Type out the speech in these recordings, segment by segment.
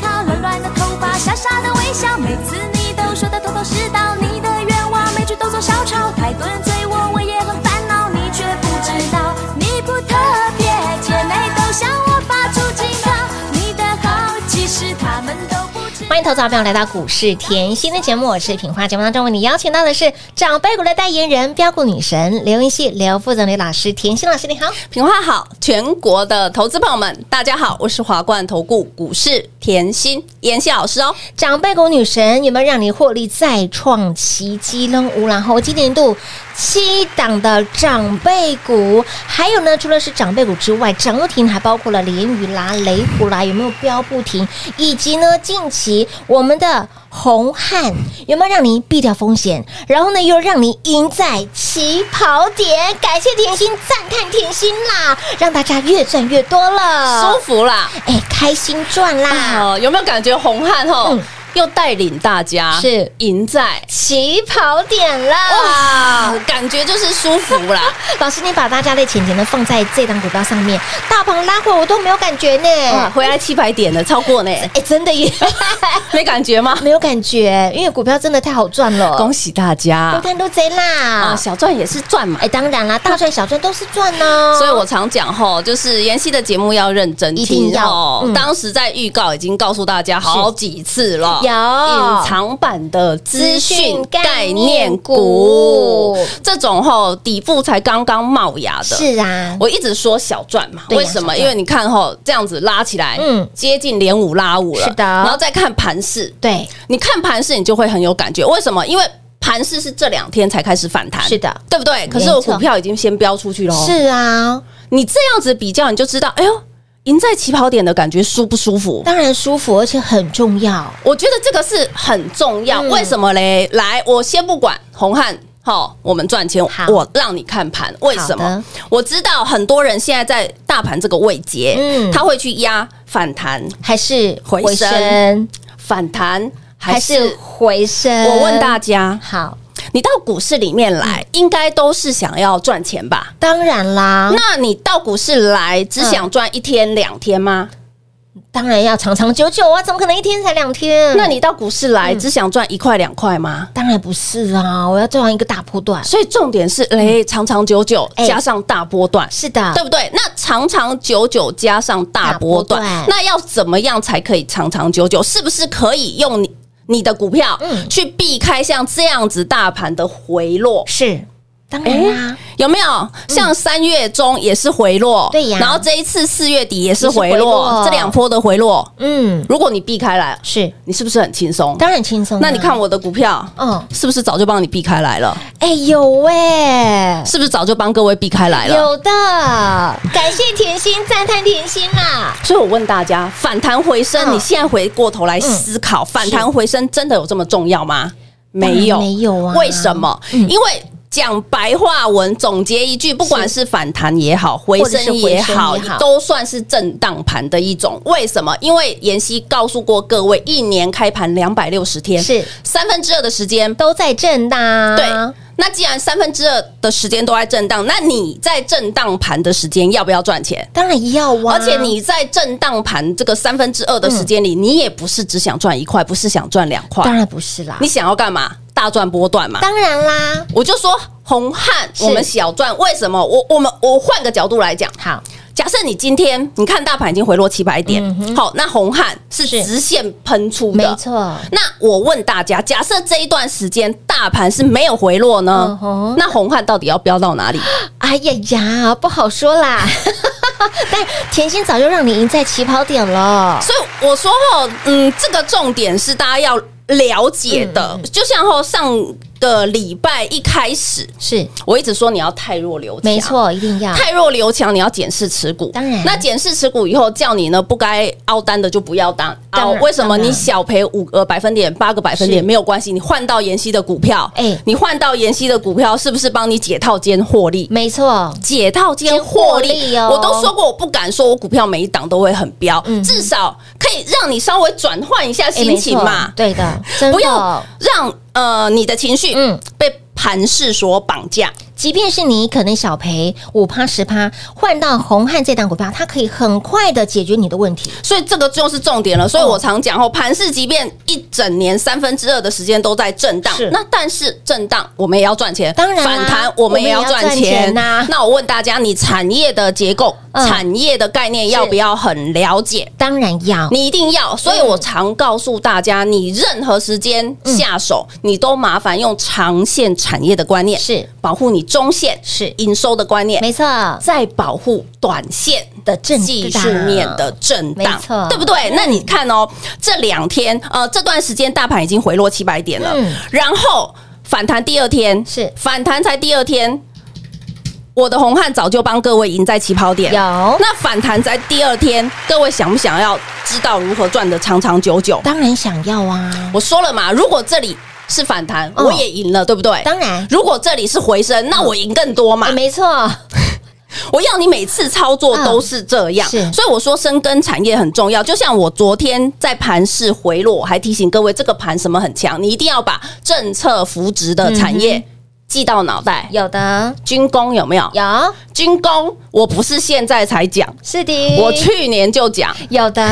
考，乱乱的头发，傻傻的微笑，每次你都说的头头是道，你的愿望每句都做小抄，太多人追我，我也很烦恼，你却不知道，你不特别，姐妹都向我发出警告，你的好其实他们都不知道。欢迎投资者朋友来到股市甜心的节目，我是品花。节目当中为你邀请到的是长辈股的代言人标股女神刘云熙、刘副总、刘老师、甜心老师，你好。平花好，全国的投资朋友们，大家好，我是华冠投顾股市甜心妍希老师哦。长辈股女神有没有让你获利再创奇迹呢？五然后今年度七档的长辈股，还有呢，除了是长辈股之外，涨不停还包括了连鱼啦、雷虎啦，有没有标不停？以及呢，近期我们的红汉有没有让你避掉风险？然后呢，又让你赢在起跑点？感谢甜心，赞叹甜心啦，让大家越赚越多了舒，服啦，哎，开心赚啦！哦，有没有感觉红汉吼、啊嗯又带领大家是赢在起跑点啦！哇，感觉就是舒服啦。 老师，你把大家的钱钱呢放在这档股票上面，大盘拉回我都没有感觉哇，呢。哎回来七百点了，超 过呢，哎，真的 耶，没感觉吗？没有感觉，因为股票真的太好赚 了，恭喜大都家贪都贼啊，啦。小赚也是赚嘛。哎，当然 啦，大赚小赚都是赚哦呢。所以我常讲吼，就是妍希的节目要认真嗯一定听要哦。嗯当时在预告已经告诉大家好几次了，有嗯隐藏版的资讯概资讯概念股念股这种吼底部才刚刚冒芽的。是啊，我一直说小赚嘛，对呀为什小么？赚因为你看吼，这样子拉起来，嗯嗯，接近连五拉五了，是的然后再看盘势，对，你看盘势，你就会很有感觉。为什么？因为盘势是这两天才开始反弹，是的对不对？可是我没错股票已经先标出去喽，是啊，你这样子比较，你就知道，哎呦，赢在起跑点的感觉舒不舒服？当然舒服，而且很重要。我觉得这个是很重要。嗯为什么嘞？来，我先不管红汉。好，我们赚钱好，我让你看盘。为什好的么？我知道很多人现在在大盘这个位阶，嗯他会去压反弹，还是回升，反弹还还是呃是？回升。我问大家，好，你到股市里面来，嗯应该都是想要赚钱吧？当然啦，那你到股市来，只嗯想赚一天两天吗？当然要长长久久啊，怎么可能一天才两天？那你到股市嗯来只想赚一块两块吗？当然不是啊，我要做完一个大波段。所以重点是，哎，长长久久嗯哎加上大波段，是的，对不对？那长长久久加上大波段大波段，那要怎么样才可以长长久久？是不是可以用你你的股票嗯去避开像这样子大盘的回落？是当然啦、有没有像三月中也是回落？嗯对呀然后这一次四月底也是回也是回落落，这两波的回落，嗯，如果你避开来，是你是不是很轻松？当然轻松啊。那你看我的股票，嗯，是不是早就帮你避开来了？哎有喂、是不是早就帮各位避开来了？有的，感谢甜心，赞叹甜心啊啦、所以我问大家，反弹回升，嗯你现在回过头来思考，反弹回升真的有这么重要吗？没有，当然没有啊为什么？因为讲白话文，总结一句，不管是反弹也好，回或者是升回也升好也好，都算是震荡盘的一种。为什么？因为妍希告诉过各位，一年开盘两百六十天，是三分之二的时间都在啊震荡。对，那既然三分之二的时间都在震荡，那你在震荡盘的时间要不要赚钱？当然要啊。而且你在震荡盘这个三分之二的时间里，你也不是只想赚一块，不是想赚两当块，然不是啦你，想要干嘛？大赚波段嘛。当然啦。我就说红汉，是我们小赚，为什么？我我们我换个角度来讲，好，假设你今天你看大盘已经回落七百点，好，那红汉是嗯是直线喷出的，没错，那我问大家，假设这一段时间大盘是没有回落呢嗯哼那红汉到底要飙到哪里？哎呀呀，不好说啦。 但甜心早就让你赢在起跑点了。所以我嗯说哦，嗯，这个重点是大家要了解的，就像哦上个礼拜一开始，是我一直说你要太弱留强，没。错，一定要太弱留强，你要检视持股。当然那检视持股以后，叫你呢不该凹单的就不要当当凹然。为什么当然你小赔五个百分点、八个百分点是没有关系？你换到妍希的股票，哎你换到妍希的股票，是不是帮你解套兼获利？没错，解套兼兼获获利利，哦我都说过，我不敢说我股票每一档都会很飙，嗯至少可以让你稍微转换一下哎心情嘛没错，对的，真不要的，让呃你的情绪嗯被盘势所绑架。即便是你可能小赔五趴十趴，换到红汉这档股票，它可以很快的解决你的问题。所以这个就是重点嗯了。所以我常讲哦，盘市即便一整年三分之二的时间都在震荡是，那但是震荡我们也要赚钱，当然啦啊反弹我们也要赚我们也要赚钱钱呐那我问大家，你产业的结构、嗯产业的概念要不要很了解？当然要，你一定要，所以我常告诉大家，你任何时间下手，你都麻烦用长线产业的观念嗯是保护你中线是营收的观念，没错，再保护短线的震荡技术面的震没荡错，嗯对不对？那你看哦，这两天呃这段时间大盘已经回落七百点了，嗯然后反弹第二天是反弹才第二天。我的红汉早就帮各位赢在起跑点，有那反弹在第二天，各位想不想要知道如何赚得长长久久？当然想要啊，我说了嘛，如果这里是反弹，哦我也赢了，对不对？当然，如果这里是回升，那我赢更多嘛哎？没错，我要你每次操作都是这样，嗯是所以我说深耕产业很重要。就像我昨天在盘市回落，我还提醒各位，这个盘什么很强，你一定要把政策扶植的产嗯业记到脑袋。有的军工有没有？有军工，我不是现在才讲，是的，我去年就讲，有的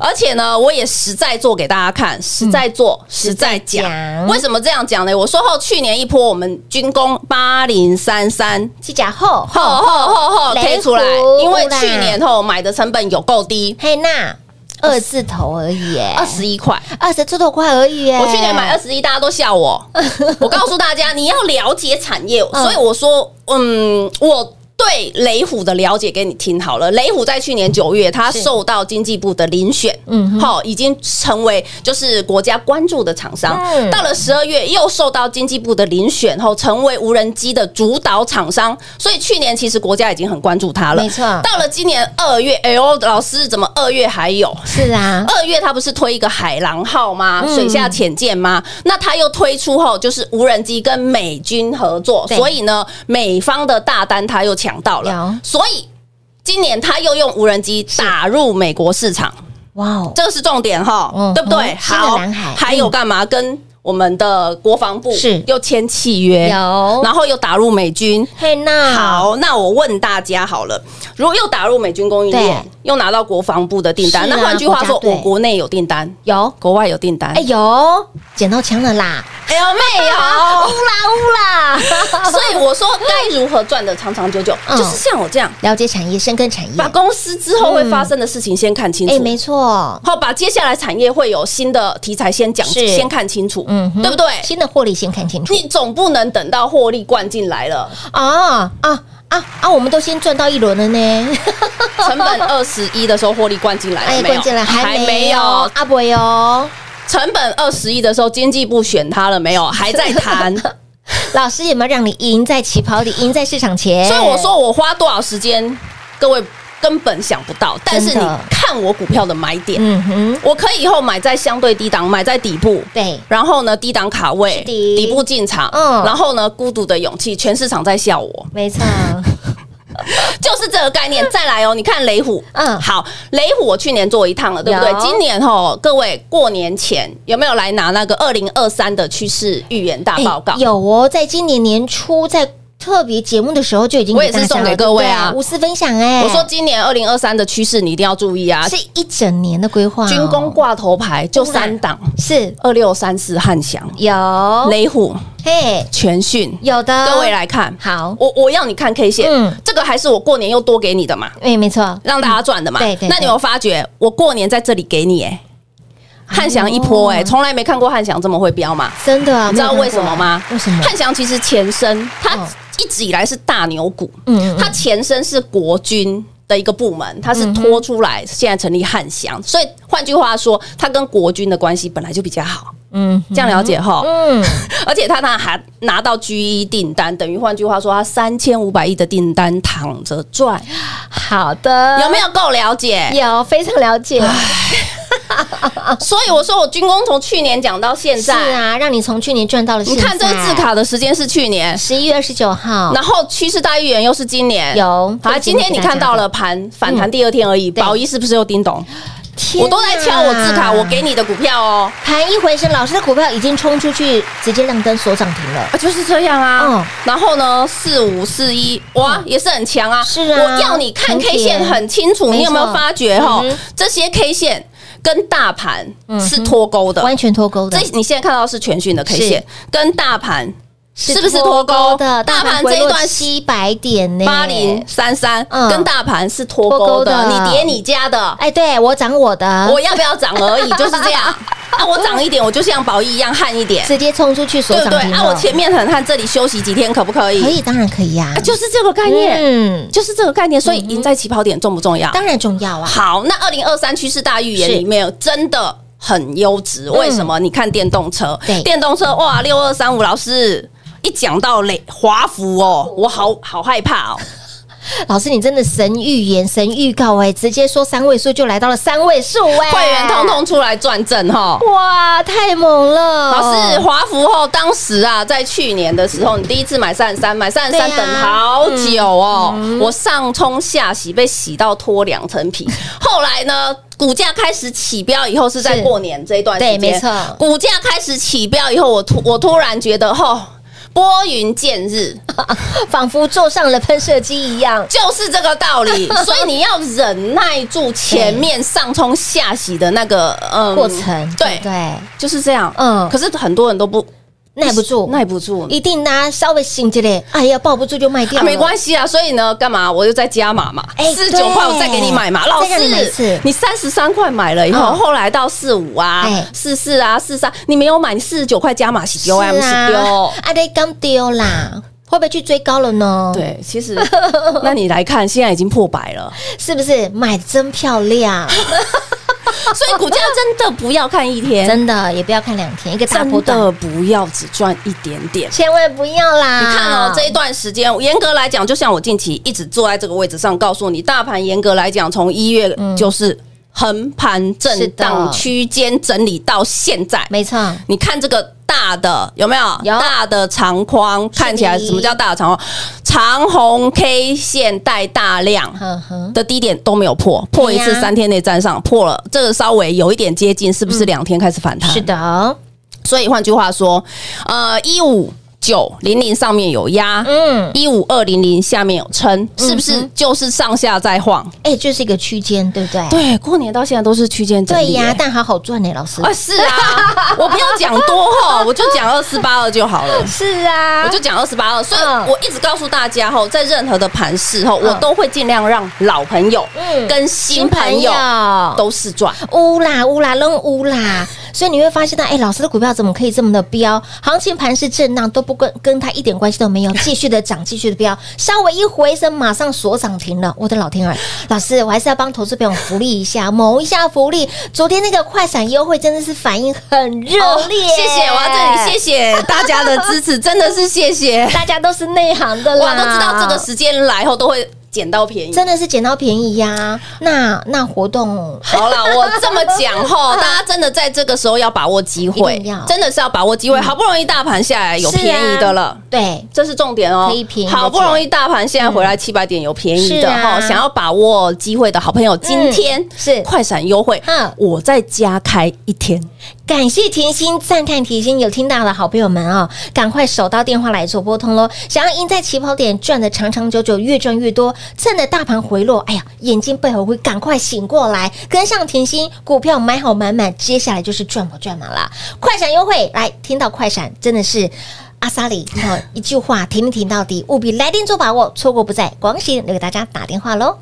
而且呢，我也实在做给大家看，实在做，实在嗯实在讲讲。为什么这样讲呢？我说后去年一波我们军工八零三三机甲后吼吼吼吼哦雷贴出来虎，因为啦去年后买的成本有够低，嘿那二字头而已耶，二十一块。二十出头块而已耶，我去年买二十一，大家都 笑我。我告诉大家，你要了解产业，嗯所以我说，嗯，我。对雷虎的了解给你听好了，雷虎在去年九月，它是受到经济部的遴选，嗯哼好，已经成为就是国家关注的厂商。嗯到了十二月，又受到经济部的遴选后，成为无人机的主导厂商。所以去年其实国家已经很关注它了，没错到了今年二月，哎呦，老师怎么二月还有？是啊，二月它不是推一个海狼号吗？嗯水下潜舰吗？那它又推出后就是无人机跟美军合作，对所以呢，美方的大单它又抢到有了，所以今年它又用无人机打入美国市场，哇哦，这个是重点哈嗯，对不对？新的蓝海还有干嘛跟？我们的国防部是又签契约，有嗯然后又打入美军，嘿那好，那我问大家好了，如果又打入美军供应链对，又拿到国防部的订单，是啊那换句话说，国家队我国内有订单，有国外有订单，哎有捡到枪了啦，哎呦没 乌有？啦 乌啦，所以我说该如何赚得长长久久，嗯就是像我这样，了解产业，深耕产业把，公司之后会发生的事情先看清楚哎，没错，好，把接下来产业会有新的题材先讲，是先看清楚，嗯哼对不对？新的获利先看清楚 你总不能等到获利灌进来了，啊啊啊啊，我们都先赚到一轮了呢，成本二十一的时候获利灌进来了哎，没有？关键了 还没有啊有，阿伯哟，成本二十亿的时候，经济部选他了没有？还在 谈，哎所老师有没有让你赢在起跑点，赢在市场前？以我说我花多少时间，各位根本想不到。但是真你的看我股票的买点，嗯哼，我可以以后买在相对低档，买在底部。对，然后呢，低档卡位，是的底部进场，嗯然后呢，孤独的勇气，全市场在笑我，没错，就是这个概念。再来哦，你看雷虎，嗯好，雷虎我去年做一趟了，对不对有？今年哦，各位过年前有没有来拿那个二零二三的趋势预言大报告哎？有哦，在今年年初在特别节目的时候就已经我也是送给各位啊对不对无私分享哎，我说今年二零二三的趋势你一定要注意啊！是一整年的规划哦，军工挂头牌就三档，是二六三四汉翔、有雷虎、嘿全讯，有的，各位来看。好，我我要你看 K 线，啊嗯这个还是我过年又多给你的嘛，哎，没错，让大家赚的嘛。嗯对对哦那你有发觉我过年在这里给你哎，汉翔一波哎，从来没看过汉翔这么会飙嘛。真的啊，你知道没有看为什过么吗？为什么？汉翔其实前身它哦一直以来是大牛股，嗯嗯嗯它前身是国军。的一个部门，它是拖出来，现在成立汉翔，所以换句话说，它跟国军的关系本来就比较好，嗯这样了解哈。嗯，而且他那还拿到 G 一订单，等于换句话说，他三千五百亿的订单躺着赚，好的，有没有够了解？有非常了解，所以我说我军工从去年讲到现是在，啊，让你从去年赚到了现你在。看这个字卡的时间是去年，十一月二十九号然后趋势大预言又是今年。有，好，今天你看到了，盘反弹第二天而已，嗯对宝一是不是又叮咚？天我都在敲我字卡，哪我给你的股票哦，盘一回升，老师的股票已经冲出去，直接亮灯锁涨停了。啊，就是这样啊。嗯然后呢，四五四一，哇，也是很强啊。是啊我要你看很 K 甜线很清楚，没你有没有错发觉哈嗯哼？这些 K 线跟大盘嗯哼是脱钩的。完全脱钩这的，你现在看到的是全讯的 K 是线，跟大盘是不是脱钩的？大大盘盘这这一一段段七百点呢，八零，三三哎嗯跟大盘是脱脱钩钩的，的嗯你跌你家的，哎，对我涨我的，我要不要涨而 已，就是这样。啊，我涨一点，我就像宝一一样悍一点，直接冲出去锁对不涨对停？了。啊，我前面很悍，这里休息几天可不可以？可以，当然可以呀啊，，就是这个概念。嗯，就是这个概念，所以赢在起跑点重不重要？当然重要啊，好，那二零二三趋势大预言是里面真的很优质，为什么？你看电动车嗯对，电动车哇，六二三五老师一讲到雷华孚哦，我好好害 怕哦，老师你真的神预言、神预告哎，直接说三位数就来到了三位数哎，会员通通出来转正哦哈。哇，太猛了，老师，华孚后当时啊，在去年的时候，你第一次买三十三，买三十对三啊等好久哦，嗯我上冲下洗，被洗到脱两层皮。后来呢，股价开始起标以后，是在是过年这一段时对间，没错股价开始起标以后，我突我突然觉得，吼、拨云见日， 仿佛坐上了喷射机一样，就是这个道理。 所以你要忍耐住前面上冲下洗的那个嗯过程对不对，就是这样。嗯可是很多人都不耐不住，耐不住，一定大家稍微醒着嘞，哎呀，抱不住就卖掉啊、了，没关系啊，所以呢，干嘛我就再加码嘛，哎四十九块对我再给你买嘛，老再让你买一次师，你三十三块买了以后，嗯后来到四五啊哎、四四啊、四三，你没有买，你四十九块加码洗是丢 M 洗丢啊。，啊，对，刚丢啦，会不会去追高了呢？，对，其实 那你来看，现在已经破 百了，是不是买得真漂亮？哎所以股价真的不要看一天，真的也不要看两天，一个大波真段，的不要只赚一点点。千万不要啦！你看啊哦，这一段时间，严格来讲，就像我近期一直坐在这个位置上，告诉你，大盘严格来讲，从一月就是横盘是震的荡区间整理到现在。没错，你看这个大的有没有？有大的长框，看起来什么叫大的长框？长红 K 线带大量。呵呵，的低点都没有破，破一对次呀三天内站上，破了这个稍微有一点接近，是不是两天开始反弹？嗯是的，所以换句话说，呃，一五九零零上面有压，嗯，一五二零零下面有撑，是不是就是上下在晃？哎，就是一个区间，对不对？对，过年到现在都是区间整对理、呀，欸但好好赚呢，老师啊，是 啊，我不要讲多吼，我就讲二四八二就好了。是啊我就讲二四八二，所以嗯我一直告诉大家吼，在任何的盘势吼，我嗯都会尽量让老朋友嗯跟新朋友都是赚。乌啦乌啦扔乌啦，所以你会发现到，哎，老师的股票怎么可以这么的飙？行情盘是震荡，都不跟跟它一点关系都没有，继续的涨， 继续的飙，稍微一回升，马上锁涨停了。我的老天儿，老师，我还是要帮投资朋友福利一下，谋一下福利。昨天那个快闪优惠真的是反应很热哦烈，谢谢，我要这里谢谢大家的支持，真的是 谢谢。大家都是内行的啦，哇，都知道这个时间来后都会捡到便宜。真的是捡到便宜呀、那那活动好啦，我这么讲 吼，大家真的在这个时候要把握机一会定要，嗯真的是要把握机会。好不容易大盘下来有是啊便宜的了。对，这是重点哦，可以便宜的好不容易大盘现在回来七百点，有便宜嗯是的啊嗯哈、想要把握机会的好朋友，今天是快闪优惠，嗯我再加开一天，感谢甜心，赞叹甜心，有听到的好朋友们哦，赶快手到电话来做拨通喽！想要赢在起跑点，赚的长长久久，越赚越多，趁着大盘回落，哎呀，眼睛背后会赶快醒过来，跟上甜心，股票买好满满，接下来就是赚饱赚满啦！快闪优惠，来听到快闪真的是。阿萨里，哦，一句话，停不停到底，务必来电做把握，错过不再。广喜留给大家打电话喽。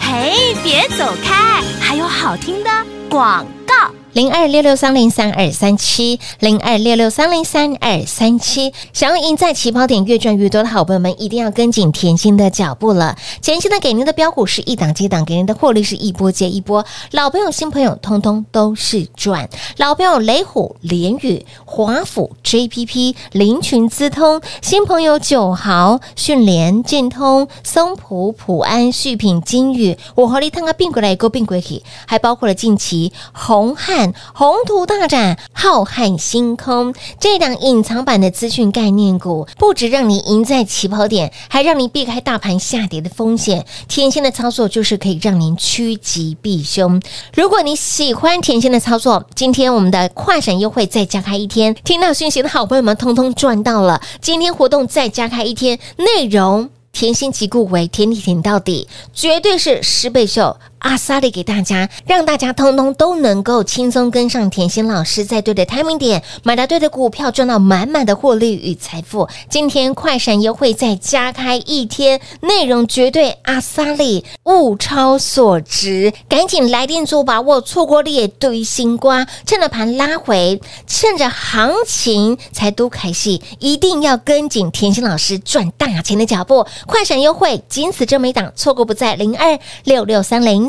嘿，别走开，还有好听的广告。零二六六三零三二三七零二六六三零三二三七。想要赢在起跑点越赚越多的好朋友们，一定要跟紧甜心的脚步了。甜心呢给您的标股是一档接一档，给您的获利是一波接一波，老朋友新朋友通通都是赚。老朋友雷虎、联宇、华府、JPP、林群、资通，新朋友九豪、迅联、建通、松浦、普安、旭品、金宇，我和你探个并过来一个并过去，还包括了近期红汉、宏图大展、浩瀚星空这档隐藏版的资讯概念股，不止让你赢在起跑点，还让你避开大盘下跌的风险。天线的操作就是可以让您趋吉避凶。如果你喜欢甜心的操作，今天我们的跨省优惠再加开一天，听到讯息的好朋友们通通赚到了。今天活动再加开一天，内容。甜心即故为甜你甜到底，绝对是十倍秀阿萨利给大家，让大家通通都能够轻松跟上甜心老师，在对的 timing 点买到对的股票，赚到满满的获利与财富。今天快闪优惠再加开一天，内容绝对阿萨利物超所值，赶紧来电做把握，错过列堆新瓜，趁着盘拉回，趁着行情才都开戏，一定要跟紧甜心老师赚大钱的脚步。快闪优惠，仅此这么一档，错过不再。零二六六三零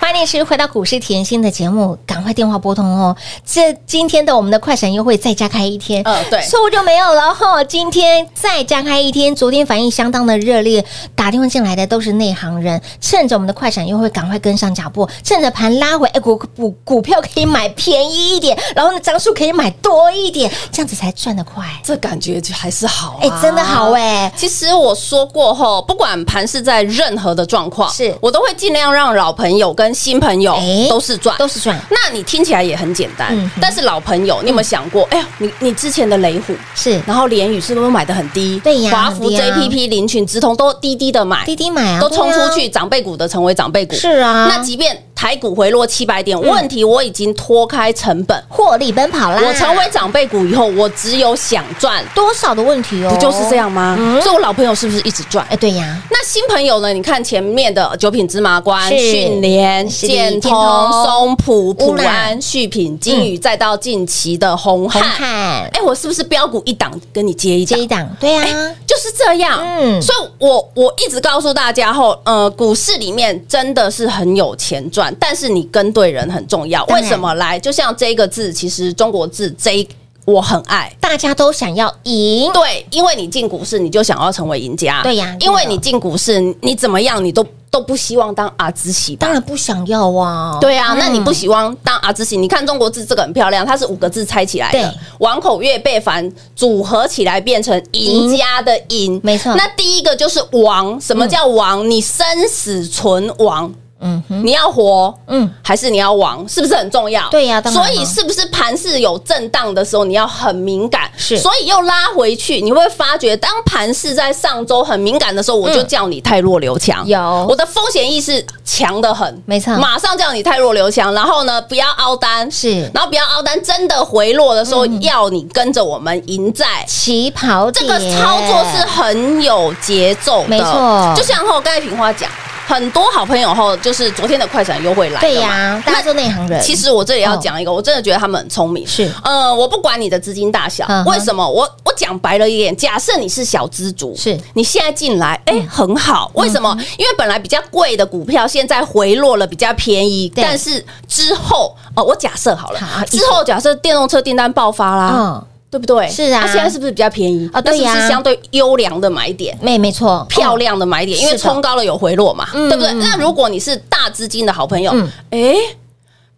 欢迎你持续回到股市甜心的节目，赶快电话拨通哦！这今天的我们的快闪优惠再加开一天，呃对错过就没有了哈。今天再加开一天，昨天反应相当的热烈，打电话进来的都是内行人，趁着我们的快闪优惠赶快跟上脚步，趁着盘拉回，哎股股股票可以买便宜一点，然后呢张数可以买多一点，这样子才赚得快。这感觉就还是好、啊，哎、真的好哎、其实我说过后，不管盘是在任何的状况，是我都会尽量让老朋友跟新朋友哎都是赚，都是赚那你听起来也很简单，嗯哼嗯但是老朋友，你有没有想过？哎呀，你你之前的雷虎，是啊然后联宇是不是买的很低？对呀华很孚、低啊 JPP、林群、直通都低低的买，滴滴买啊，都冲出去，对啊长辈股的成为长辈股。是啊，嗯那即便台股回落七百点，问题我已经脱开成本，获利奔跑啦！我成为长辈股以后，我只有想赚，多少的问题哦，不就是这？样吗？嗯所以我老朋友是不是一直赚哎，？对呀，那新朋友呢？你看前面的九品芝麻官、是训联、是的建建通通、松浦、乌普兰安、旭品、金宇，再到近期的红红汉。汉哎，我是不是标股一档跟你接一档哎接？一档，对呀，就是这样，嗯嗯，所以我我一直告诉大家后，呃，股市里面真的是很有钱赚，但是你跟对人很重要。当为然什么来？就像这个字，其实中国字这一我很爱，大家都想要赢，对，因为你进股市，你就想要成为赢家。对呀因为真你的进股市，你怎么样，你都都不希望当阿兹喜吧当？然不想要啊。对啊，嗯那你不喜欢当阿兹喜？你看中国字这个很漂亮，它是五个字拆起来对的，王口月被凡组合起来变成赢家的赢，嗯没错那第一个就是王，什么叫王？你生死存亡。嗯哼，你要活，嗯嗯，还是你要亡，是不是很重要？对呀当然啊所了以是不是盘势有震荡的时候，你要很敏感？是所以又拉回去，你会发觉，当盘势在上周很敏感的时候，我就叫你太弱留强。嗯有我的风险意识强得很，没错马上叫你太弱留强，然后呢，不要凹单，是嗯然后不要凹单，真的回落的时候，要你跟着我们赢在。起跑这点个操作是很有节奏的，没错就像后刚才平花讲，很多好朋友后就是昨天的快闪优惠来了嘛对呀，大家那都内行人。哦其实我这里要讲一个，我真的觉得他们很聪明。是呃，我不管你的资金大小嗯，哼为什么？我我讲白了一点，假设你是小资族，是嗯你现在进来，哎，很好。为什么？因为本来比较贵的股票，现在回落了，比较便宜。对但是之后，哦，我假设好了好，之后假设电动车订单爆发啦，嗯，对不对？是啊那现在是不是比较便宜啊对呀那是不是相对优良的买点？没没错，哦漂亮的买点，因为是的冲高了有回落嘛，嗯对不对？嗯那如果你是大资金的好朋友嗯，哎，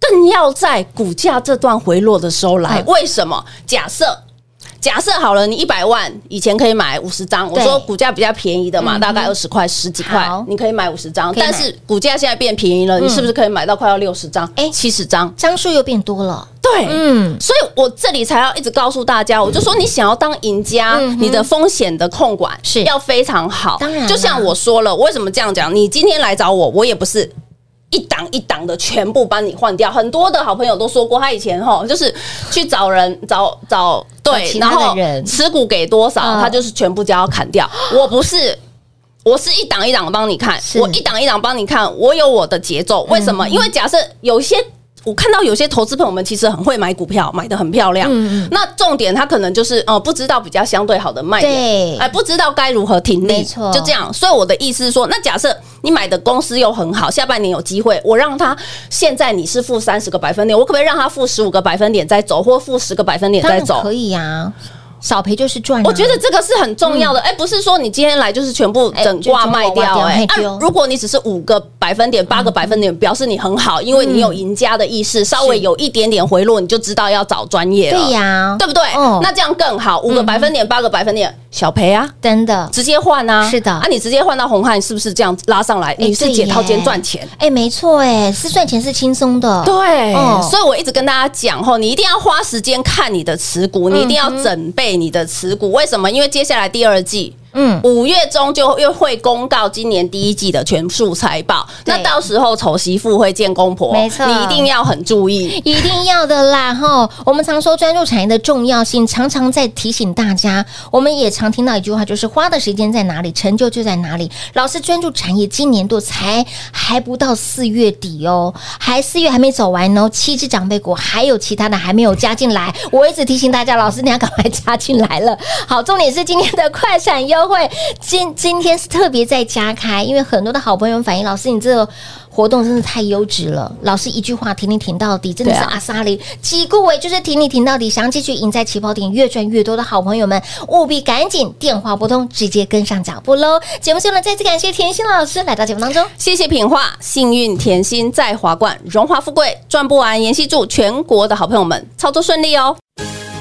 更要在股价这段回落的时候来。嗯为什么？假设。假设好了，你一百万以前可以买五十张，我对说股价比较便宜的嗯嘛，哼大概二十块、十几块好，你可以买五十张。可以买嗯但是股价现在变便宜了，你是不是可以买到快要六十张？哎七十张哦，？张数又变多了。对，嗯，所以我这里才要一直告诉大家，我就说你想要当赢家，嗯哼你的风险的控管是要非常好。当然啦啊就像我说了，为什么这样讲？你今天来找我，我也不是。一档一档的全部帮你换掉。很多的好朋友都说过，他以前吼就是去找人找找对，其他然的后人持股给多少，嗯他就是全部就要砍掉。我不是。我是一档一档帮你看是，嗯我一档一档帮你看，我有我的节奏。为什么？因为假设有些我看到有些投资朋友们其实很会买股票，买的很漂亮。嗯那重点他可能就是呃不知道比较相对好的卖对点，哎不知道该如何停利，没错就这样。所以我的意思是说，那假设你买的公司又很好，下半年有机会，我让它现在你是负三十个百分点，我可不可以让它负十五个百分点再走，或负十个百分点当再然走？可以啊呀，少赔就是赚啊。我觉得这个是很重要的，嗯哎、不是说你今天来就是全部整挂卖掉、哎就全部挂掉嘿哎、对哦啊如果你只是五个百分点、八个百分点，表示你很好，因为你有赢家的意识，稍微有一点点回落，你就知道要找专业了，嗯对呀，对不对？哦那这样更好，五个百分点、八个百分点，小赔啊，真的，直接换啊，是的哎啊，你直接换到红汉，是不是这样拉上来？你是对耶解套间赚钱。哎，没错，哎，是赚钱是轻松的，对，哦所以我一直跟大家讲吼，你一定要花时间看你的持股，你一定要嗯准备你的持股。为什么？因为接下来第二季。嗯，五月中就又会公告今年第一季的全数财报，对那到时候丑媳妇会见公婆，没错你一定要很注意。一定要的啦哈！我们常说专注产业的重要性，常常在提醒大家。我们也常听到一句话，就是花的时间在哪里，成就就在哪里。老师，专注产业今年度才还不到四月底哦，还四月还没走完哦，七只长辈股还有其他的还没有加进来。我一直提醒大家，老师你要赶快加进来了。好，重点是今天的快闪优惠，今今天是特别在加开，因为很多的好朋友反映，老师你这个活动真的太优质了，老师一句话挺你挺到底，真的是对啊阿萨里，几顾伟就是挺你挺到底，想继续赢在起跑点，越赚越多的好朋友们，务必赶紧电话拨通，直接跟上脚步喽。节目最后呢，再次感谢甜心老师来到节目当中。谢谢品画，幸运甜心在华冠，荣华富贵赚不完。妍希祝全国的好朋友们操作顺利哦。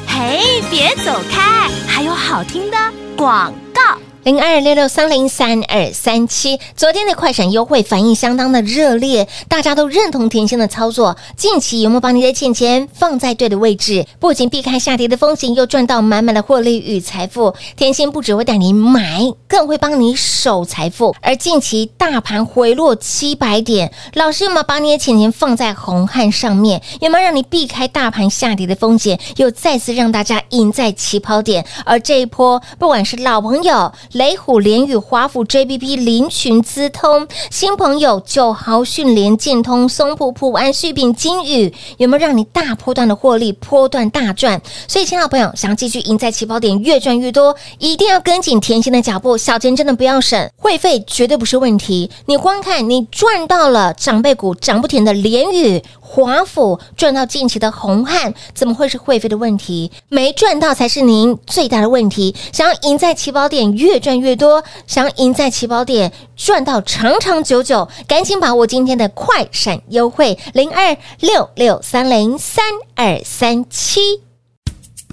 嘿，别走开，还有好听的广告。零二六六三零三二三七，昨天的快闪优惠反应相当的热烈，大家都认同甜心的操作。近期有没有把你的钱钱放在对的位置？不仅避开下跌的风险，又赚到满满的获利与财富。甜心不只会带你买，更会帮你守财富。而近期大盘回落七百点，老师有没有把你的钱钱放在红汉上面？有没有让你避开大盘下跌的风险，又再次让大家赢在起跑点？而这一波，不管是老朋友雷虎、联宇、华府、JBP、林群、资通，新朋友九豪、迅联、建通、松浦、普安、旭品、金宇，有没有让你大波段的获利，波段大赚？所以，亲爱的朋友，想继续赢在起跑点，越赚越多，一定要跟紧甜心的脚步，小钱真的不要省，会费绝对不是问题。你光看你赚到了长辈股涨不停的联宇。华府赚到近期的红汉，怎么会是会费的问题？没赚到才是您最大的问题。想要赢在起跑点，越赚越多；想要赢在起跑点，赚到长长久久。赶紧把握今天的快闪优惠，零二六六三零三二三七。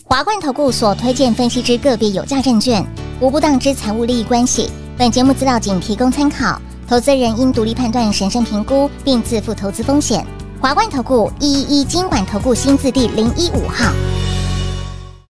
华冠投顾所推荐分析之个别有价证券，无不当之财务利益关系。本节目资料仅提供参考，投资人应独立判断、审慎评估，并自负投资风险。华冠投顾一一一金管投顾新字第零一五号。